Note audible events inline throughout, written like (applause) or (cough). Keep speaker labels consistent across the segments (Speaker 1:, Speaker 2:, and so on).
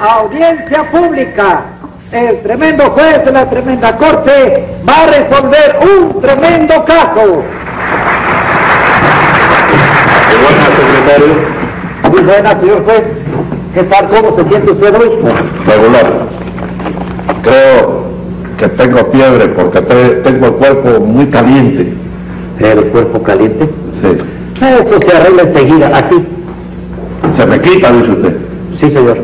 Speaker 1: Audiencia pública. El tremendo juez de la tremenda corte va a resolver un tremendo caso.
Speaker 2: Buenas, secretario.
Speaker 1: Muy buenas, señor juez. ¿Qué tal? ¿Cómo se siente usted hoy?
Speaker 2: Regular. Creo que tengo fiebre porque te- tengo el cuerpo muy caliente.
Speaker 1: El cuerpo caliente. Ah,
Speaker 2: Sí.
Speaker 1: Eso se arregla enseguida, así.
Speaker 2: Se me quita, dice usted.
Speaker 1: Sí, señor.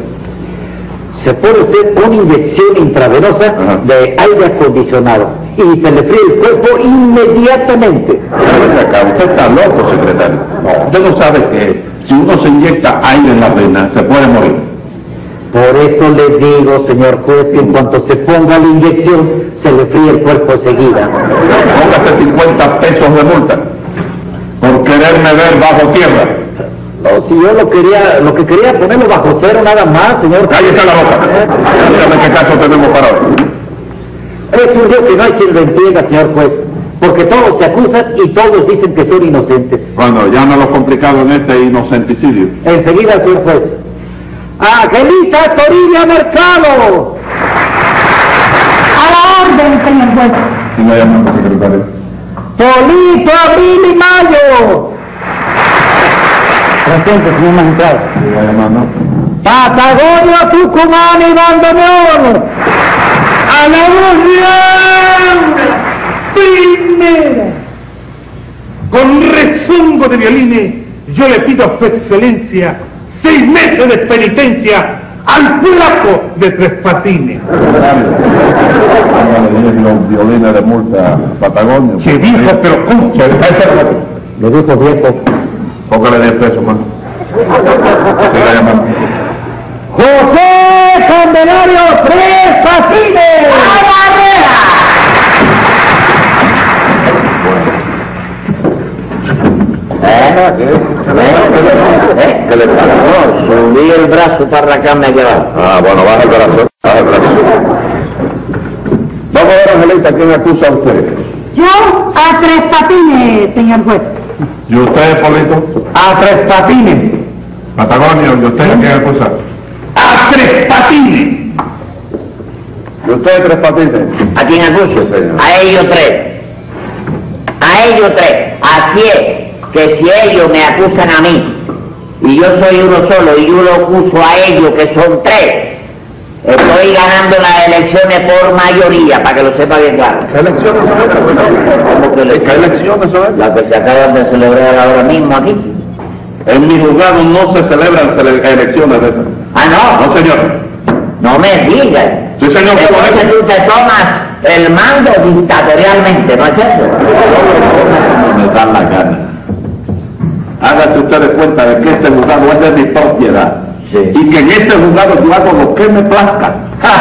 Speaker 1: Se pone usted una inyección intravenosa
Speaker 2: Ajá.
Speaker 1: de aire acondicionado y se le fría el cuerpo inmediatamente.
Speaker 2: Venga acá, usted está loco, secretario. No, usted no sabe que si uno se inyecta aire en la vena, se puede morir.
Speaker 1: Por eso le digo, señor juez, que en cuanto se ponga la inyección, se le fría el cuerpo enseguida.
Speaker 2: Póngase 50 pesos de multa por quererme ver bajo tierra.
Speaker 1: No, si yo lo quería, lo que quería ponerlo bajo cero nada más, señor.
Speaker 2: Cállese la boca. Dígame qué caso tenemos para hoy.
Speaker 1: Es un lío que no hay quien lo entienda, señor juez, porque todos se acusan y todos dicen que son inocentes.
Speaker 2: Bueno, ya no lo complicado en este inocenticidio.
Speaker 1: Enseguida, señor juez. ¡Angelita Toribia Mercado! A la orden, señor juez.
Speaker 2: ¿Quién la llama, secretario?
Speaker 1: Polito, Abril y Mayo. Presente, señor magistrado.
Speaker 2: ¿Quién la llama, no?
Speaker 1: Patagonia, Tucumán y Bandoneón. A la unión primera.
Speaker 3: Con rezongo de violines, yo le pido a su excelencia seis meses de penitencia al flaco de Tres Patines.
Speaker 2: Póngale 10 los violines de multa a Patagonia.
Speaker 3: Que dijo, pero ¿cómo?
Speaker 2: Se- ese-
Speaker 1: Le dijo viejo.
Speaker 2: Póngale 10 pesos más. ¿Quién la llama?
Speaker 1: José Candelario Tres Patines. ¡A barrera!
Speaker 2: ¿Eh? ¿Qué le pasa?
Speaker 1: Subí el brazo para acá me llevar.
Speaker 2: Ah, bueno, baja el brazo. Baja el brazo. Vamos a ver, Angelita, ¿a quién acusa a usted?
Speaker 4: Yo a tres patines, señor juez.
Speaker 2: ¿Y usted, Polito?
Speaker 1: A Tres Patines.
Speaker 2: Patagonia, ¿y usted a quién acusa?
Speaker 3: ¡A Tres Patines!
Speaker 2: ¿Y usted, Tres Patines?
Speaker 5: ¿A quién acuso?
Speaker 2: Sí, señor.
Speaker 5: A ellos tres. A ellos tres. Así es que si ellos me acusan a mí y yo soy uno solo y yo lo acuso a ellos que son tres, estoy ganando las elecciones por mayoría, para que lo sepa bien claro.
Speaker 2: ¿Qué elecciones son estas?
Speaker 5: ¿Cómo que
Speaker 2: ¿Qué
Speaker 5: elecciones?
Speaker 2: elecciones son estas?
Speaker 5: Las que se acaban de celebrar ahora mismo aquí.
Speaker 2: En mi juzgado no se celebran cele- elecciones de esas.
Speaker 5: Ah, no.
Speaker 2: No, señor.
Speaker 5: No me digas.
Speaker 2: Sí, señor,
Speaker 5: Pero
Speaker 2: pero
Speaker 5: es que tú te tomas el mando dictatorialmente, ¿no es eso?
Speaker 2: Me dan la gana. Hágase ustedes cuenta de que este juzgado es de mi propiedad.
Speaker 5: Sí.
Speaker 2: Y que en este juzgado yo hago lo que me plazca.
Speaker 5: (laughs)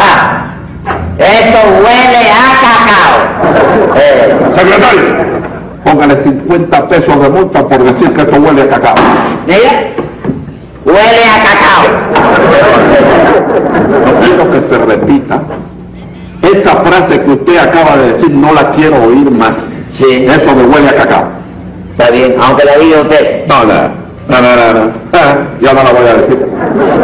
Speaker 5: Eso huele a cacao. Eh,
Speaker 2: Secretario, póngale 50 pesos de multa por decir que esto huele a cacao.
Speaker 5: mira, huele a cacao.
Speaker 2: No quiero que se repita. Esa frase que usted acaba de decir no la quiero oír más.
Speaker 5: Sí,
Speaker 2: Eso me huele a cacao.
Speaker 5: está bien, aunque la diga usted.
Speaker 2: No, no, no, no, no, no. Ah, Yo no la voy a decir.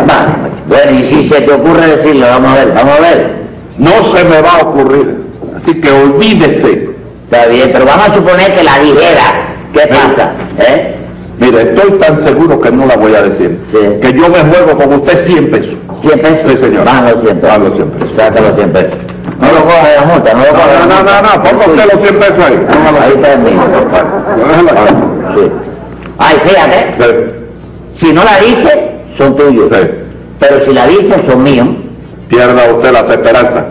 Speaker 5: Vale, bueno, y si se te ocurre decirlo, vamos a ver, vamos a ver.
Speaker 2: No se me va a ocurrir. Así que olvídese.
Speaker 5: Está bien, pero vamos a suponer que la dijera. ¿Qué pasa? ¿Eh?
Speaker 2: Mire, estoy tan seguro que no la voy a decir.
Speaker 5: Sí.
Speaker 2: Que yo me juego con usted 100 pesos.
Speaker 5: ¿Cien pesos?
Speaker 2: Sí, señor.
Speaker 5: Van los cien pesos.
Speaker 2: Van los cien pesos.
Speaker 5: Sácalo los cien pesos. No lo coja de la junta, no lo coja de
Speaker 2: No,
Speaker 5: la
Speaker 2: no, no,
Speaker 5: junta.
Speaker 2: no, ponga usted los 100 pesos ahí. Póngalo
Speaker 5: Ahí
Speaker 2: ahí.
Speaker 5: está el mío.
Speaker 2: Déjalo ahí.
Speaker 5: Sí. Ay, fíjate,
Speaker 2: Sí,
Speaker 5: si no la dice, son tuyos.
Speaker 2: sí.
Speaker 5: Pero si la dice, son míos.
Speaker 2: Pierda usted las esperanzas.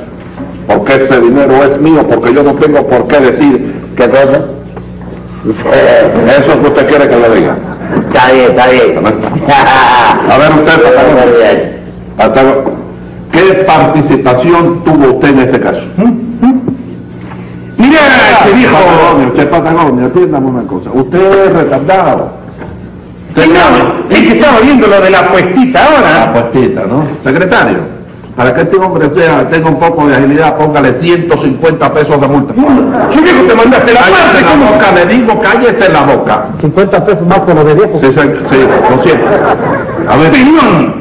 Speaker 2: Porque ese dinero es mío, porque yo no tengo por qué decir
Speaker 5: ¿Qué cosa?
Speaker 2: eso que usted quiere que le diga.
Speaker 5: Eh, Está bien, está bien.
Speaker 2: A ver usted, por favor. Hasta luego. ¿Qué participación tuvo usted en este caso?
Speaker 3: ¿Mm? Mira,
Speaker 2: Ah,
Speaker 3: que dijo...
Speaker 2: Patagonia, usted es Patagonia, atiéndame una cosa. Usted es retardado.
Speaker 3: Sí, no, es que estaba viendo lo de la puestita ahora.
Speaker 2: puestita, ¿no? Secretario, para que este hombre sea, tenga un poco de agilidad, póngale 150 pesos de multa.
Speaker 3: Yo digo, te mandaste la parte,
Speaker 2: Cállese la
Speaker 3: ¿cómo?
Speaker 2: boca, le digo, cállese la boca.
Speaker 1: 50 pesos más por lo de viejo.
Speaker 2: Sí, sí, sí, lo siento. A ver,
Speaker 3: Opinión.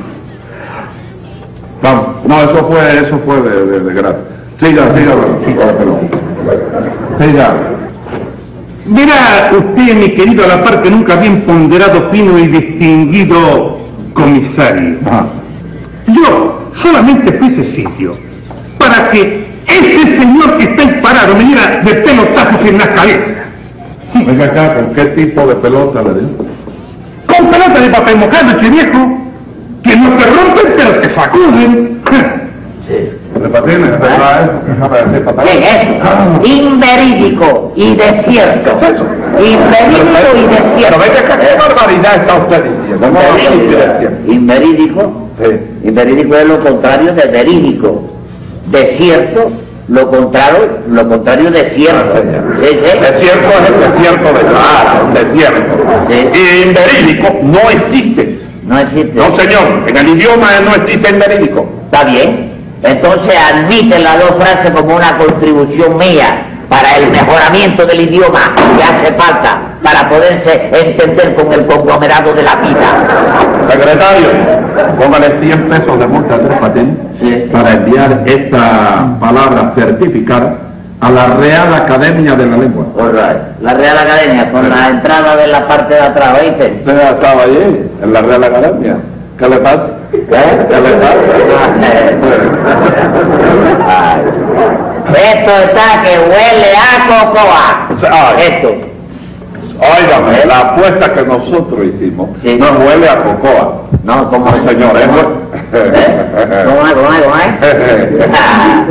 Speaker 2: vamos. No, eso fue, eso fue de, de, de gratis. Siga, siga, siga, perdón. Siga.
Speaker 3: Verá usted, mi querido, a la parte nunca bien ponderado, fino y distinguido comisario.
Speaker 2: Ajá.
Speaker 3: Yo solamente fui ese sitio para que ese señor que está ahí parado me diera de pelotazos en la cabeza.
Speaker 2: Venga acá, ¿con qué tipo de pelota le digo?
Speaker 3: Con pelota de papel mojado, che viejo, que no te rompen, pero te sacuden.
Speaker 2: ¿De patines? ¿Verdad? eh? Déjame decir, papá.
Speaker 5: ¿Qué es
Speaker 2: Ah.
Speaker 5: esto? Inverídico y desierto.
Speaker 2: ¿Qué es eso?
Speaker 5: Inverídico
Speaker 2: Pero
Speaker 5: y
Speaker 2: venga
Speaker 5: desierto.
Speaker 2: acá, ¿qué barbaridad está usted diciendo? No, no, no,
Speaker 5: Terrible.
Speaker 2: no, no, no.
Speaker 5: Inverídico.
Speaker 2: Sí.
Speaker 5: Inverídico es lo contrario de verídico. Desierto, lo contrario, lo contrario de cierto.
Speaker 2: Sí,
Speaker 5: Sí, sí.
Speaker 2: Desierto es el desierto de Sahara, un desierto.
Speaker 5: Sí.
Speaker 2: Y inverídico no existe.
Speaker 5: No existe.
Speaker 2: No, señor, en el idioma no existe inverídico.
Speaker 5: Está bien. Entonces admite las dos frases como una contribución mía para el mejoramiento del idioma que hace falta para poderse entender con el conglomerado de la vida.
Speaker 2: Secretario, póngale 100 pesos de multa a Tres Patines
Speaker 5: Sí.
Speaker 2: para enviar esta palabra certificar a la Real Academia de la Lengua.
Speaker 5: All right. La Real Academia, con la entrada de la parte de atrás, ¿oíste?
Speaker 2: Usted estaba allí, en la Real Academia. ¿Qué le pasa?
Speaker 5: ¿Eh?
Speaker 2: ¿Qué le (laughs)
Speaker 5: Ay.
Speaker 2: pasa?
Speaker 5: Esto está que huele a cocoa.
Speaker 2: Ay.
Speaker 5: Esto.
Speaker 2: Óigame, la apuesta que nosotros hicimos
Speaker 5: Sí.
Speaker 2: no huele a cocoa.
Speaker 5: No, como
Speaker 2: No, señor, ¿eh?
Speaker 5: ¿Eh?
Speaker 2: (laughs)
Speaker 5: ¿Cómo es? ¿Cómo es? ¿Cómo es? Ah,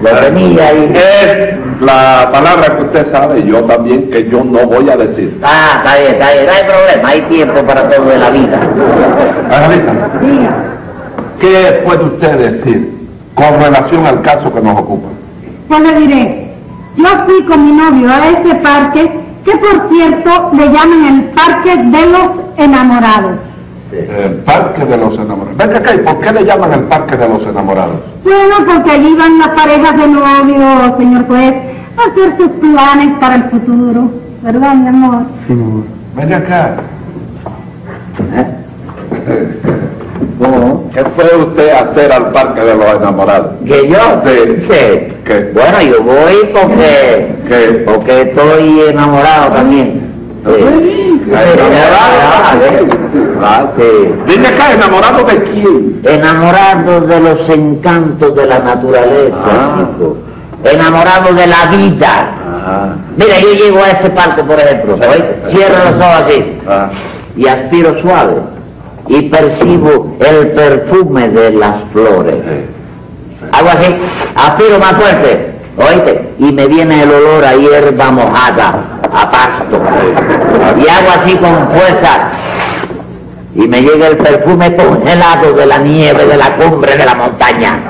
Speaker 5: Lo tenía ahí.
Speaker 2: Es la palabra que usted sabe, yo también, que yo no voy a decir.
Speaker 5: Ah, está bien, está bien, no hay problema, hay tiempo para todo de la vida.
Speaker 2: Angelita, ¿qué puede usted decir con relación al caso que nos ocupa?
Speaker 4: Yo le diré, yo fui con mi novio a ese parque, que por cierto le llaman el Parque de los Enamorados.
Speaker 2: El Parque de los Enamorados. Venga acá, ¿y por qué le llaman el Parque de los Enamorados?
Speaker 4: Bueno, porque allí van las parejas de novio, señor juez, a hacer sus planes para el futuro. ¿Verdad, mi amor?
Speaker 2: Venga acá.
Speaker 5: ¿Cómo?
Speaker 2: ¿Qué fue usted a hacer al Parque de los Enamorados?
Speaker 5: ¿Que yo?
Speaker 2: Sí.
Speaker 5: ¿Qué?
Speaker 2: ¿Qué?
Speaker 5: Bueno, yo voy porque,
Speaker 2: ¿Qué?
Speaker 5: porque estoy enamorado también. Sí. Ay, enamorado, ah, sí.
Speaker 2: Venga acá, ¿enamorado de quién?
Speaker 5: Enamorado de los encantos de la naturaleza,
Speaker 2: Ah.
Speaker 5: chico. Enamorado de la vida. Mira, yo llego a ese parque, por ejemplo, ¿oíste? cierro los ojos así. y aspiro suave y percibo el perfume de las flores. Hago así, aspiro más fuerte, oíste, y me viene el olor a hierba mojada, a pasto. Y hago así con fuerza y me llega el perfume congelado de la nieve de la cumbre de la montaña.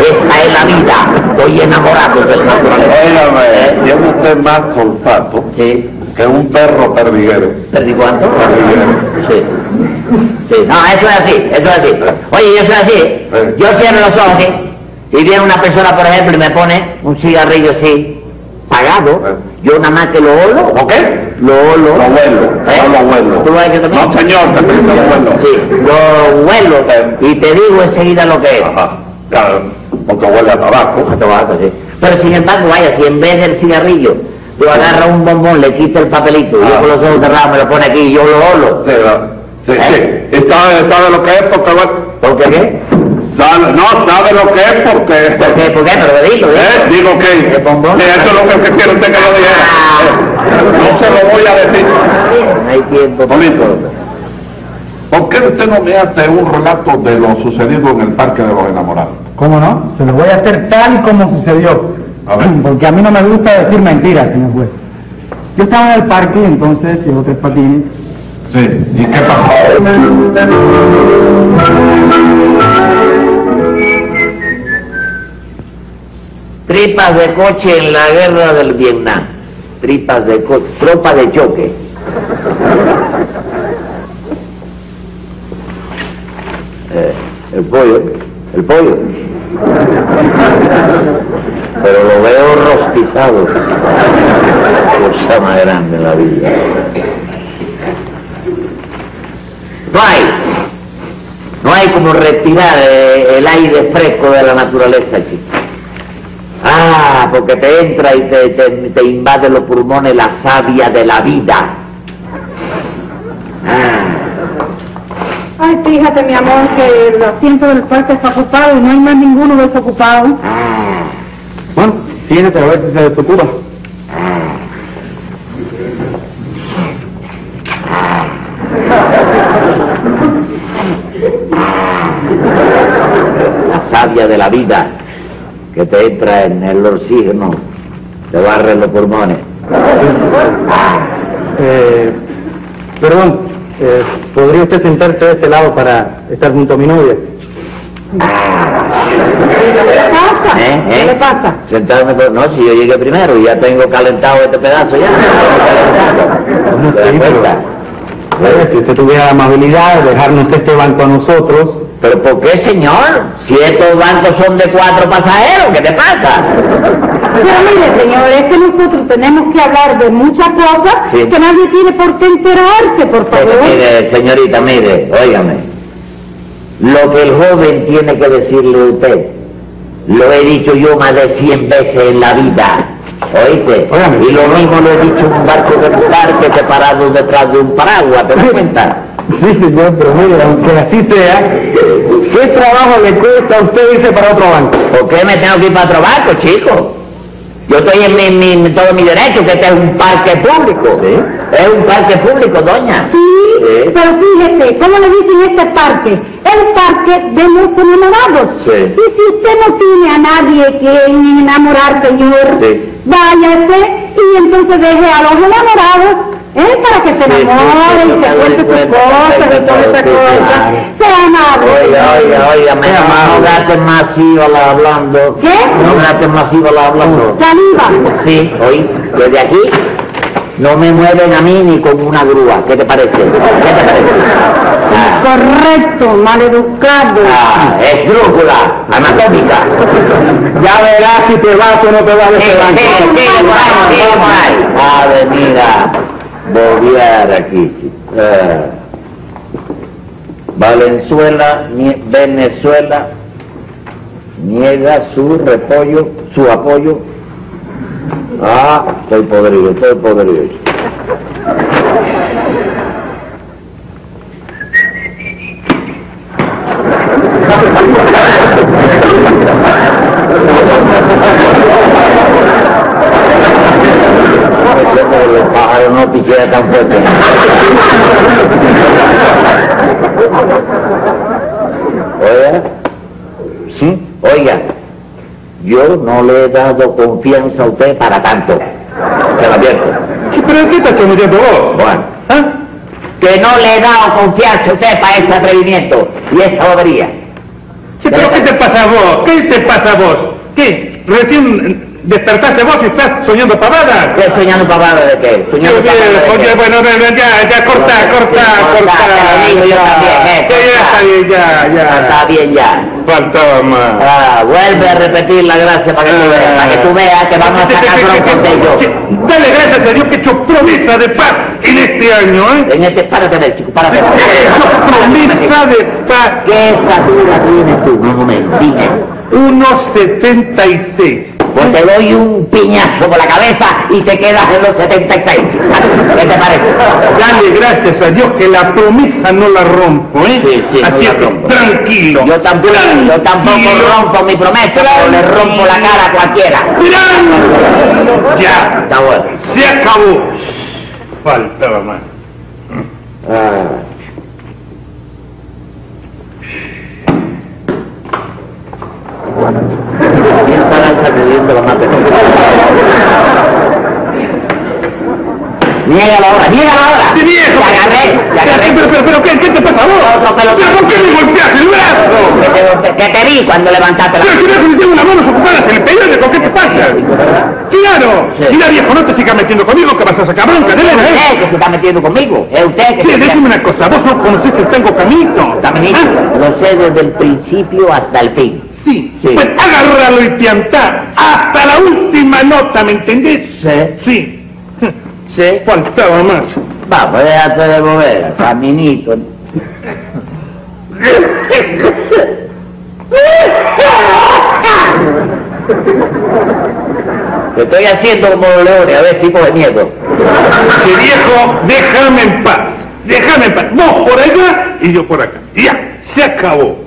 Speaker 5: Esa es la vida, estoy enamorado del naturaleza.
Speaker 2: Óigame, tiene usted más olfato
Speaker 5: Sí.
Speaker 2: que un perro perdiguero.
Speaker 5: ¿Perdí cuánto?
Speaker 2: Perdiguero.
Speaker 5: Sí. Sí, no, eso es así, eso es así. Oye, yo soy así.
Speaker 2: Sí.
Speaker 5: Yo cierro los ojos así, y viene una persona, por ejemplo, y me pone un cigarrillo así, pagado.
Speaker 2: Sí.
Speaker 5: Yo nada más que lo olo.
Speaker 2: ¿O qué?
Speaker 5: Lo olo.
Speaker 2: Eh. Lo huelo, no lo huelo.
Speaker 5: ¿Tú lo has hecho también?
Speaker 2: No, señor, también lo huelo. Eh.
Speaker 5: Sí, lo huelo. Y te digo enseguida lo que es.
Speaker 2: Ajá. Ya, Porque huele a tabaco.
Speaker 5: A tabaco, sí. Pero sin embargo, vaya, si en vez del cigarrillo tú agarras un bombón, le quitas el papelito,
Speaker 2: Ah.
Speaker 5: yo con los ojos cerrados me lo pone aquí y yo lo olo.
Speaker 2: Sí, la- sí,
Speaker 5: ¿Eh?
Speaker 2: sí. ¿Y sabe, sabe lo que es? Porque bueno,
Speaker 5: ¿Por qué qué?
Speaker 2: sabe- no sabe lo que es porque...
Speaker 5: ¿Por qué? ¿Por qué? Pero lo digo,
Speaker 2: ¿Eh?
Speaker 5: digo.
Speaker 2: Digo que...
Speaker 5: ¿De bombón? Ah.
Speaker 2: Sí, eso es lo que quiere usted que yo diga. Eh, No se lo voy a decir.
Speaker 5: No hay tiempo.
Speaker 2: Bonito. ¿Por qué usted no me hace un relato de lo sucedido en el Parque de los Enamorados?
Speaker 6: ¿Cómo no? Se lo voy a hacer tal y como sucedió.
Speaker 2: A ver.
Speaker 6: Porque a mí no me gusta decir mentiras, señor juez. Yo estaba en el parque, entonces llegó tres patines.
Speaker 2: Sí. ¿Y qué pasó?
Speaker 5: Tripas de coche en la guerra del Vietnam. Tripas de coche. Tropa de choque. Eh, el pollo. El pollo. Pero lo veo rostizado. Cosa más grande en la vida. No hay. No hay como respirar eh, el aire fresco de la naturaleza, chico. Ah, porque te entra y te, te, te invade los pulmones la savia de la vida. Ah,
Speaker 4: Ay, fíjate, mi amor, que el asiento del cuarto está ocupado y no hay más ninguno desocupado.
Speaker 5: ah,
Speaker 6: Bueno, siéntate a ver si se (laughs) desocupa.
Speaker 5: la savia de la vida que te entra en el oxígeno, te barre los pulmones.
Speaker 6: Eh, perdón, eh, ¿podría usted sentarse de este lado para estar junto a mi novia?
Speaker 4: ¿Qué le pasa?
Speaker 5: ¿Eh?
Speaker 4: ¿Qué
Speaker 5: ¿Eh?
Speaker 4: le pasa?
Speaker 5: Sentarme con- No, si yo llegué primero y ya tengo calentado este pedazo
Speaker 4: (laughs)
Speaker 5: ya.
Speaker 6: ¿Cómo
Speaker 5: ¿Te das
Speaker 6: sí,
Speaker 5: cuenta?
Speaker 6: Oiga, si usted tuviera la amabilidad de dejarnos este banco a nosotros,
Speaker 5: ¿Pero por qué, señor? Si estos bancos son de cuatro pasajeros, ¿qué te pasa?
Speaker 4: Pero mire, señor, es que nosotros tenemos que hablar de muchas cosas
Speaker 5: Sí.
Speaker 4: que nadie tiene por qué enterarse, por
Speaker 5: Pero
Speaker 4: favor.
Speaker 5: mire, señorita, mire, óigame. Lo que el joven tiene que decirle a usted, lo he dicho yo más de 100 veces en la vida. ¿Oíste?
Speaker 6: Óigame.
Speaker 5: Y lo mismo lo he dicho en un barco de bucarque que parado detrás de un paraguas, ¿te das cuenta?
Speaker 6: Sí, señor, pero mire, aunque así sea, ¿qué trabajo le cuesta a usted irse para otro banco?
Speaker 5: ¿Por qué me tengo que ir para otro barco, chico? Yo estoy en mi, mi- mi- todo mi derecho, que este es un parque público. Es un parque público, doña.
Speaker 4: Sí,
Speaker 5: Sí.
Speaker 4: pero fíjese, ¿cómo le dicen este parque? El parque de los enamorados.
Speaker 5: Sí.
Speaker 4: Y si usted no tiene a nadie que enamorar, señor,
Speaker 5: Sí.
Speaker 4: váyase y entonces deje a los enamorados ¿eh? para que se
Speaker 5: Sí, sí, sí,
Speaker 4: enamoren,
Speaker 5: yo me
Speaker 4: se
Speaker 5: doy
Speaker 4: cuenten sus
Speaker 5: cuenta,
Speaker 4: cosas y
Speaker 5: perfecto,
Speaker 4: todas esas
Speaker 5: sí, sí,
Speaker 4: cosas.
Speaker 5: claro.
Speaker 4: Sea amable.
Speaker 5: Oiga, oiga, oiga, me no gastes más íbola hablando.
Speaker 4: ¿Qué?
Speaker 5: No gastes más íbola hablando.
Speaker 4: Saliva.
Speaker 5: Sí, oí, desde aquí no me mueven a mí ni con una grúa. ¿Qué te parece? ¿Qué te parece? Ah,
Speaker 4: Correcto, maleducado.
Speaker 5: ah, esdrújula, anatómica.
Speaker 6: Ya verás si te vas o no te vas de
Speaker 5: Sí,
Speaker 6: este banco.
Speaker 5: sí, sí, guay, sí, guay. Ave, mira, bobear aquí, chico. Ah. Valenzuela, nie- Venezuela niega su repollo, su apoyo. Ah, estoy podrido, estoy podrido. chico. Yo creo que los pájaros no quisiera tan fuerte. Oiga, sí, oiga, yo no le he dado confianza a usted para tanto. Se lo advierto.
Speaker 6: ¿Pero qué estás cometiendo vos?
Speaker 5: Bueno,
Speaker 6: ¿Ah?
Speaker 5: que no le he dado confianza a usted para ese atrevimiento y esa bobería.
Speaker 3: Sí, pero ¿qué te pasa a vos? ¿Qué te pasa a vos? ¿Qué? Recién despertaste vos y estás soñando pavadas.
Speaker 5: Estoy soñando papá de qué?
Speaker 3: Muy
Speaker 5: Soñando
Speaker 3: bien,
Speaker 5: papá de
Speaker 3: oye,
Speaker 5: qué?
Speaker 3: bueno, no, no, ya, ya, corta,
Speaker 5: Sí,
Speaker 3: corta,
Speaker 5: corta,
Speaker 3: corta.
Speaker 5: te lo digo yo también, eh,
Speaker 3: Sí, ya está
Speaker 5: corta.
Speaker 3: bien, ya,
Speaker 5: Ah, Está
Speaker 3: ya.
Speaker 5: bien ya.
Speaker 3: Faltaba más.
Speaker 5: Ah, vuelve a repetir la gracia para que tú veas, para que tú veas que vamos a sacar bronca de
Speaker 3: Sí,
Speaker 5: ellos.
Speaker 3: Dale gracias a Dios que he hecho promesa de paz en este año, ¿eh?
Speaker 5: En este, párate del chico, párate.
Speaker 3: He (laughs) hecho promesa de paz.
Speaker 5: ¿Qué estatura tienes tú? No me dime.
Speaker 3: 1.76.
Speaker 5: Pues te doy un piñazo por la cabeza y te quedas en los 76. (laughs) ¿Qué te parece?
Speaker 3: Dale gracias a Dios que la promesa no la rompo, ¿eh?
Speaker 5: Sí, sí, no
Speaker 3: Así
Speaker 5: la
Speaker 3: es,
Speaker 5: rompo.
Speaker 3: tranquilo.
Speaker 5: Yo tampoco, yo tampoco
Speaker 3: Tranquilo.
Speaker 5: rompo mi promesa, pero le rompo la cara a cualquiera.
Speaker 3: Tranquilo. Ya,
Speaker 5: Está bueno.
Speaker 3: se acabó. Faltaba más.
Speaker 5: Ah. ¿Quién estará sacudiendo la mate? Niega la hora, niega la hora.
Speaker 3: ¡Te viejo!
Speaker 5: Te agarré, te agarré.
Speaker 3: Pero, pero, pero, ¿qué, qué te pasa a vos?
Speaker 5: Otro pelo
Speaker 3: ¿Pero por qué me golpeas el brazo?
Speaker 5: Que te, que te vi cuando levantaste la
Speaker 3: Pero si
Speaker 5: mano.
Speaker 3: no se le tengo las manos ocupadas en el periódico, ¿qué te pasa? Claro,
Speaker 5: Sí.
Speaker 3: mira viejo, no te sigas metiendo conmigo que vas a sacar bronca,
Speaker 5: Es
Speaker 3: Elena, ¿eh?
Speaker 5: usted que se está metiendo conmigo. Es usted que
Speaker 3: Sí,
Speaker 5: se
Speaker 3: déjame una cosa, vos no conocés el tango Camito.
Speaker 5: Caminito,
Speaker 3: ¿Ah?
Speaker 5: lo sé desde el principio hasta el fin.
Speaker 3: Sí.
Speaker 5: Sí.
Speaker 3: Pues agárralo y piantá hasta la última nota, ¿me entendés?
Speaker 5: Sí.
Speaker 3: Sí.
Speaker 5: Sí.
Speaker 3: Faltaba más.
Speaker 5: Vamos, déjate de mover, caminito. Te estoy haciendo como leones, a ver si coge miedo.
Speaker 3: Sí, viejo, déjame en paz. Déjame en paz. Vos por allá y yo por acá. Ya, se acabó.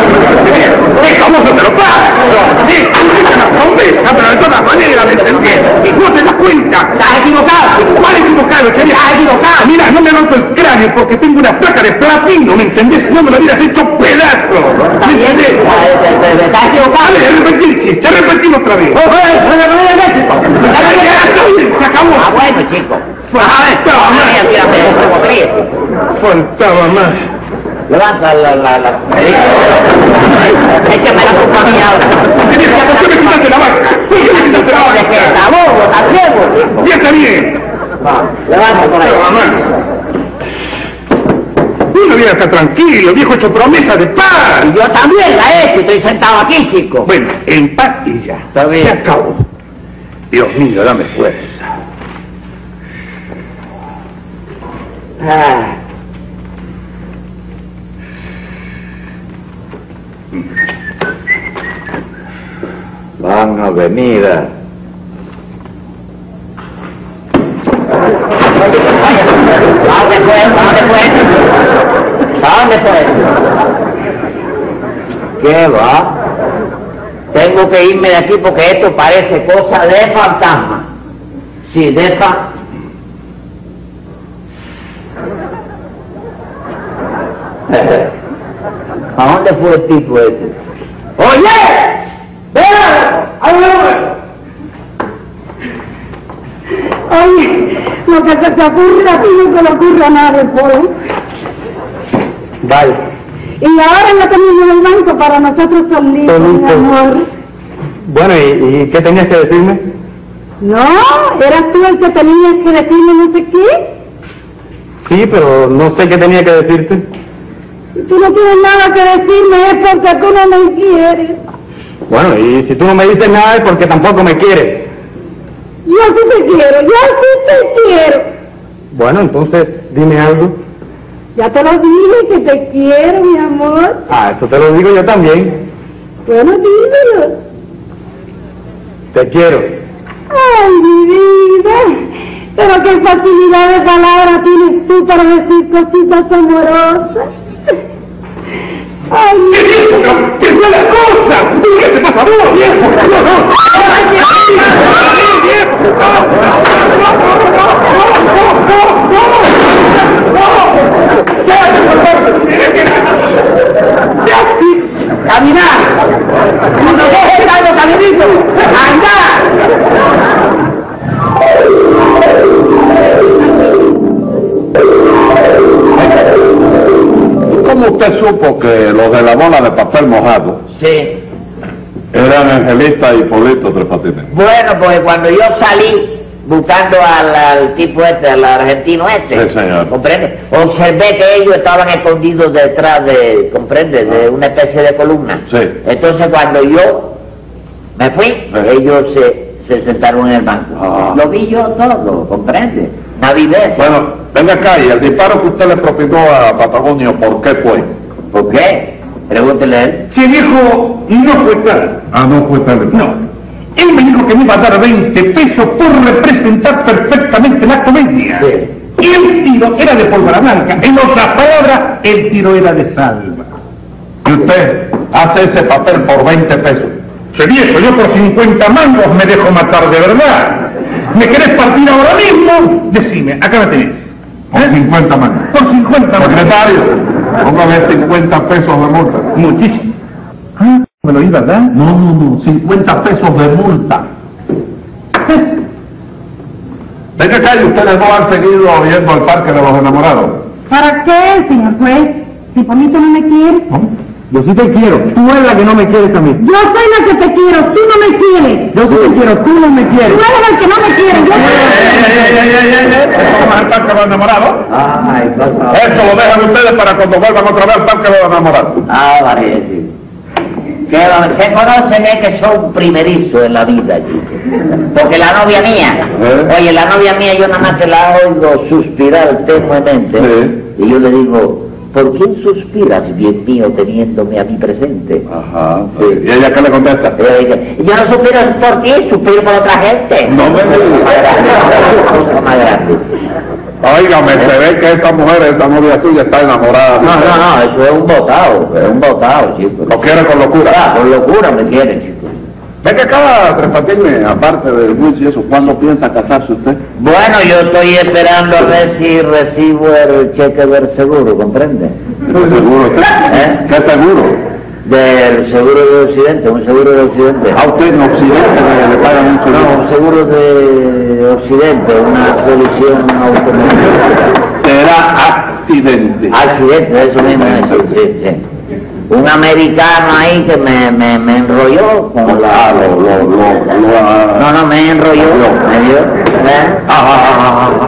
Speaker 3: ¡Deja, vos no te lo pago! ¡Sí, una promesa, pero de todas maneras, ¿me entendés? ¡Y vos te das cuenta! ¡Estás equivocado! ¿Cuál equivocado, Chevy? ¡Estás equivocado! Mira, no me rompo el cráneo porque tengo una placa de platino, ¿me entendés? ¡No me lo hubieras hecho pedazo! ¿Me entendés?
Speaker 5: Estás equivocado.
Speaker 3: Vale, repetir, te repetimos otra vez. Ya, ya, está bien, se acabó.
Speaker 5: Ah, bueno, chico.
Speaker 3: Faltaba
Speaker 5: Mira,
Speaker 3: más.
Speaker 5: mira, mira, cómo ríe.
Speaker 3: Faltaba más.
Speaker 5: Levanta la, la, la. Échame la culpa a mí ahora.
Speaker 3: Viejo, ¿por qué me quitaste la vaca? ¿Por qué me quitaste la
Speaker 5: Hombre, que
Speaker 3: vaca?
Speaker 5: está bobo, está ciego, chico.
Speaker 3: Ya está bien.
Speaker 5: Vamos, levanta por ahí.
Speaker 3: Faltaba más. Uno viene hasta tranquilo, viejo, hecho promesa de paz.
Speaker 5: Y yo también la he hecho, estoy sentado aquí, chico.
Speaker 3: Bueno, en paz y ya.
Speaker 5: Está bien.
Speaker 3: Se acabó. Dios mío, dame fuerza.
Speaker 5: Ah.
Speaker 1: Van a venir a...
Speaker 5: ¿A dónde fue? ¿A dónde fue? ¿A dónde fue? ¿Qué va? Tengo que irme de aquí porque esto parece cosa de fantasma. Sí, de fa... (laughs) ¿A dónde fue el tipo ese? ¡Oye! ¡Ven! ¡Habla!
Speaker 4: Oye, lo que se te ocurre a ti no se le ocurre a nadie, Polo.
Speaker 5: Vale.
Speaker 4: Y ahora no tenemos el banco para nosotros solitos, mi
Speaker 6: Solito.
Speaker 4: amor.
Speaker 6: Bueno, ¿y, y qué tenías que decirme?
Speaker 4: No, eras tú el que tenías que decirme no sé qué.
Speaker 6: Sí, pero no sé qué tenía que decirte.
Speaker 4: Tú no tienes nada que decirme, es porque tú no me quieres.
Speaker 6: Bueno, y si tú no me dices nada es porque tampoco me quieres.
Speaker 4: Yo sí te quiero, yo sí te quiero.
Speaker 6: Bueno, entonces dime algo.
Speaker 4: Ya te lo dije que te quiero, mi amor.
Speaker 6: Ah, eso te lo digo yo también.
Speaker 4: Bueno, dímelo.
Speaker 6: Te quiero.
Speaker 4: Ay, mi vida. Pero qué facilidad de palabra tienes tú para decir cositas amorosas. Ay, mi vida.
Speaker 3: ¡Qué fue la cosa! ¿Qué te pasa a vos, viejo? No, no.
Speaker 5: ¡Caminar! ¡No dejes tanto caminito! ¡Andar!
Speaker 2: ¿Cómo usted supo que los de la bola de papel mojado
Speaker 5: Sí.
Speaker 2: eran Angelita y Polito Tres Patines?
Speaker 5: Bueno, porque cuando yo salí buscando al, al tipo este, al argentino este,
Speaker 2: Sí, señor.
Speaker 5: ¿comprende? Observé que ellos estaban escondidos detrás de, ¿comprende? De una especie de columna.
Speaker 2: Ah. Sí.
Speaker 5: Entonces cuando yo me fui, ellos se, se sentaron en el banco.
Speaker 2: Ah.
Speaker 5: Lo vi yo todo, ¿comprende? Navidez.
Speaker 2: Bueno, venga acá, y el disparo que usted le propinó a Patagonio, ¿por qué fue?
Speaker 5: ¿Por qué? Pregúntele a él.
Speaker 3: Si viejo no fue tal.
Speaker 2: Ah, no fue tal.
Speaker 3: No. Él me dijo que me iba a dar 20 pesos por representar perfectamente la comedia.
Speaker 5: Sí.
Speaker 3: Y el tiro era de pólvora blanca. En otras palabras, el tiro era de salva.
Speaker 2: Y usted hace ese papel por 20 pesos.
Speaker 3: Se viejo, yo por 50 mangos me dejo matar de verdad. ¿Me querés partir ahora mismo? Decime, acá me tenés. ¿Eh?
Speaker 2: Por 50 manos.
Speaker 3: Por 50 mangos.
Speaker 2: Secretario, póngame 50 pesos de multa.
Speaker 3: Muchísimo. Ah, ¿Me lo iba a dar?
Speaker 2: No, no, no, 50 pesos de multa. Venga acá, y ustedes no han seguido yendo al parque de los enamorados.
Speaker 4: ¿Para qué, señor juez? Si Polito no me quiere,
Speaker 2: ¿No?
Speaker 6: Yo sí te quiero. Tú eres la que no me quieres a mí.
Speaker 4: Yo soy la que te quiero, tú no me quieres.
Speaker 6: Yo sí te quiero, tú no me
Speaker 4: Tú
Speaker 6: quieres.
Speaker 4: eres el que no me quiere. Yo
Speaker 2: Vamos al parque de los enamorados. Ah,
Speaker 5: Ay, por favor.
Speaker 2: Esto lo dejan ustedes para cuando vuelvan otra vez al parque de los enamorados.
Speaker 5: Ah, vale, sí. Que va- se conocen es que son primerizos en la vida, chicos. Porque la novia mía,
Speaker 2: ¿Eh?
Speaker 5: oye, la novia mía yo nada más que la oigo suspirar tenuemente.
Speaker 2: Sí.
Speaker 5: Y yo le digo, ¿por quién suspiras, bien mío, teniéndome a mí presente?
Speaker 2: Ajá. sí. ¿Y ella qué le contesta?
Speaker 5: Ella dice, yo no suspiro por ti, suspiro por otra gente.
Speaker 2: No me digas.
Speaker 5: Cosa más grande.
Speaker 2: Óigame, se ve que esa mujer, esa novia suya, está enamorada.
Speaker 5: No, no, no, eso es un botado, es un botado, chicos.
Speaker 2: Lo quiere con
Speaker 5: Ah,
Speaker 2: locura.
Speaker 5: Con locura me quieren, chicos.
Speaker 2: Ve que acaba Tres Patines, aparte de Luis y eso, ¿cuándo piensa casarse usted?
Speaker 5: Bueno, yo estoy esperando a ver si recibo el cheque del seguro, ¿comprende?
Speaker 2: ¿Qué seguro? usted?
Speaker 5: ¿Eh?
Speaker 2: ¿Qué seguro?
Speaker 5: Del seguro de Occidente, un seguro de Occidente.
Speaker 2: A usted en Occidente le, le pagan un
Speaker 5: No,
Speaker 2: seguro.
Speaker 5: un seguro de Occidente, una colisión automovilística.
Speaker 2: Será accidente.
Speaker 5: Accidente, eso mismo Ah, es, sí, sí. Un americano ahí que me, me, me enrolló con la...
Speaker 2: Ah, lo, lo, lo, lo,
Speaker 5: No,
Speaker 2: ah.
Speaker 5: no, me enrolló, me dio. ¿eh?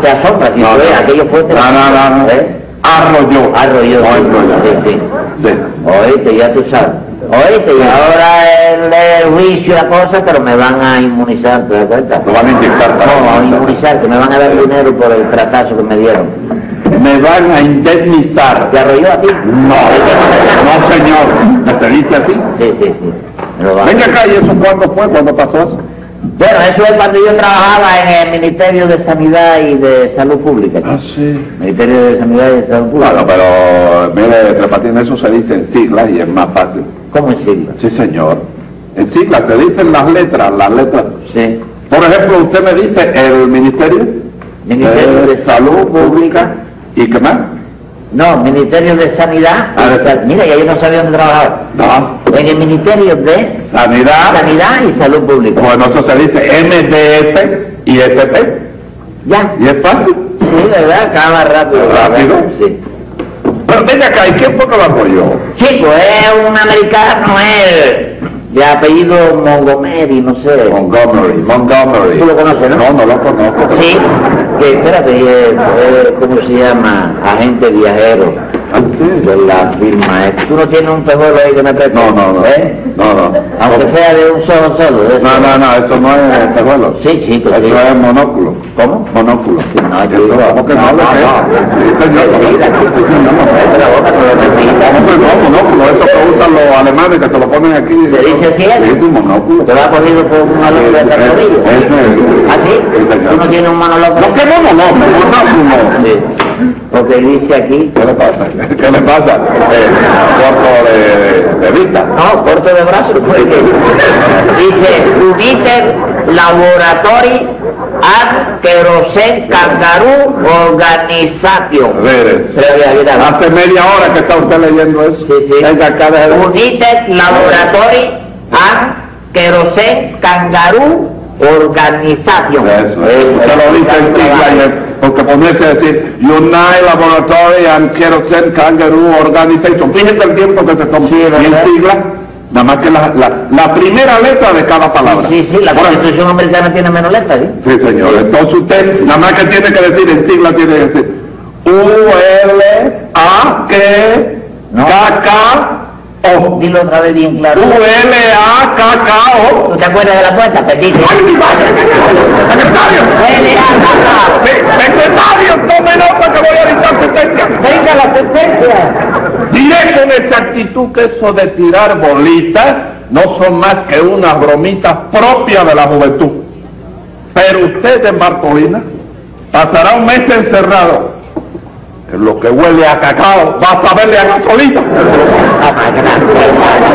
Speaker 5: Te asombra, si
Speaker 2: ah, No,
Speaker 5: fue,
Speaker 2: no.
Speaker 5: aquello fue...
Speaker 2: No, no, no, no.
Speaker 5: ¿Eh?
Speaker 2: Arrolló.
Speaker 5: Arrolló,
Speaker 2: No,
Speaker 5: sí,
Speaker 2: enrolló.
Speaker 5: sí, sí.
Speaker 2: Sí.
Speaker 5: Oíste, ya tú sabes. Oíste, y ahora el, el juicio y la cosa, pero me van a inmunizar, ¿te das cuenta?
Speaker 2: Lo van a inyectar para
Speaker 5: No, a
Speaker 2: inmunizar.
Speaker 5: inmunizar, que me van a dar dinero por el fracaso que me dieron.
Speaker 2: Me van a indemnizar.
Speaker 5: ¿Te arrolló a ti?
Speaker 2: No, no señor, se dice así.
Speaker 5: Sí, sí, sí. Me lo van a-
Speaker 2: Venga acá, ¿y eso cuándo fue? ¿Cuándo pasó eso?
Speaker 5: Bueno, eso es cuando yo trabajaba en el Ministerio de Sanidad y de Salud Pública. chico.
Speaker 2: sí.
Speaker 5: Ministerio de Sanidad y de Salud Pública.
Speaker 2: Claro, pero mire, repartiendo eso se dice en siglas y es más fácil.
Speaker 5: ¿Cómo es sigla?
Speaker 2: Sí, señor. En siglas se dicen las letras, las letras.
Speaker 5: Sí.
Speaker 2: Por ejemplo, usted me dice el Ministerio,
Speaker 5: Ministerio
Speaker 2: de,
Speaker 5: de
Speaker 2: Salud Pública y qué más.
Speaker 5: No, Ministerio de Sanidad.
Speaker 2: Ah, de-
Speaker 5: Sal- Mira, ya yo no sabía dónde trabajaba.
Speaker 2: No,
Speaker 5: En el Ministerio de
Speaker 2: sanidad.
Speaker 5: Sanidad y Salud Pública.
Speaker 2: Bueno, eso se dice MDS y SP.
Speaker 5: Ya.
Speaker 2: Y es fácil.
Speaker 5: Sí, ¿verdad? Acaba rápido.
Speaker 2: ¿Rápido?
Speaker 5: Sí.
Speaker 2: Pero venga acá, ¿y quién fue que lo apoyó?
Speaker 5: Chico, es un americano, es de apellido Montgomery, no sé.
Speaker 2: Montgomery, Montgomery.
Speaker 5: ¿Tú lo conoces, no?
Speaker 2: No, no lo conozco.
Speaker 5: Sí, que espérate, eh, eh, ¿cómo se llama? Agente viajero
Speaker 2: Ah, sí.
Speaker 5: de la firma. eh. ¿Tú no tienes un pejuelo ahí que me preste?
Speaker 2: No, no, no.
Speaker 5: ¿Eh?
Speaker 2: No, no.
Speaker 5: Aunque sea de un solo solo. de
Speaker 2: No,
Speaker 5: eso.
Speaker 2: no, no, eso no es pejuelo.
Speaker 5: Sí, chico, sí.
Speaker 2: Eso es monóculo.
Speaker 5: ¿Cómo?
Speaker 2: Monóculo.
Speaker 5: No,
Speaker 2: Eso,
Speaker 5: chico.
Speaker 2: ¿Cómo que no,
Speaker 5: No,
Speaker 2: lo
Speaker 5: no,
Speaker 2: que es?
Speaker 5: no.
Speaker 2: Sí, señor.
Speaker 5: Mentira, chico.
Speaker 2: Sí, señor.
Speaker 5: Cállate la boca, pero mentira.
Speaker 2: ¿Cómo que no, monóculo? Eso que usan los alemanes que se lo ponen aquí.
Speaker 5: ¿Se dice así? ¿eh?
Speaker 2: Sí, sí, monóculo.
Speaker 5: ¿Te va cogido por un
Speaker 2: Sí,
Speaker 5: maloco de cargadillo?
Speaker 2: es- es-
Speaker 5: ¿Ah, sí?
Speaker 2: Sí, señor.
Speaker 5: ¿Tú no tienes un manoloco?
Speaker 2: No, que no, no, no, monóculo.
Speaker 5: Sí. Porque dice aquí...
Speaker 2: ¿Qué le pasa? (laughs) ¿Qué le pasa? Eh, corto de, de vista.
Speaker 5: No, corto de brazo, pues. Dice, Jupiter Laboratory and Kerosene Kangaroo Organization.
Speaker 2: Veres.
Speaker 5: Breve habilidad.
Speaker 2: Hace media hora que está usted leyendo eso.
Speaker 5: Sí, sí.
Speaker 2: Venga acá, deje de-
Speaker 5: United Laboratory and Kerosene Kangaroo Organization. Eh,
Speaker 2: Eso, eso. Usted lo dice en sigla y en- porque ponerse a decir United Laboratory and Kerosene Kangaroo Organization. Fíjese el tiempo que se toma.
Speaker 5: Sí,
Speaker 2: y en
Speaker 5: ¿verdad?
Speaker 2: sigla, nada más que la, la, la primera letra de cada palabra.
Speaker 5: Sí, sí, la
Speaker 2: Por ejemplo,
Speaker 5: Constitución americana tiene menos letras, ¿sí?
Speaker 2: Sí, señor. Entonces usted, nada más que tiene que decir, en sigla tiene que decir U-L-A-K-K-O.
Speaker 5: Dilo otra vez bien claro.
Speaker 2: Uh. U-L-A-K-K-O.
Speaker 5: ¿Tú te acuerdas de la puerta? Perdiste.
Speaker 2: (laughs) ¡Ay, mi madre! ¡Secretario!
Speaker 5: ¡Fuera!
Speaker 2: Sí, ¡Secretario, tome nota que voy a dictar sentencia!
Speaker 5: ¡Venga la sentencia!
Speaker 2: Diré con exactitud que eso de tirar bolitas no son más que unas bromitas propias de la juventud. Pero usted en Bartolina pasará un mes encerrado. En lo que huele a cacao va a saberle a gasolina.
Speaker 5: Ah, madre, la puerta,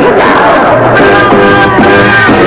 Speaker 5: mira.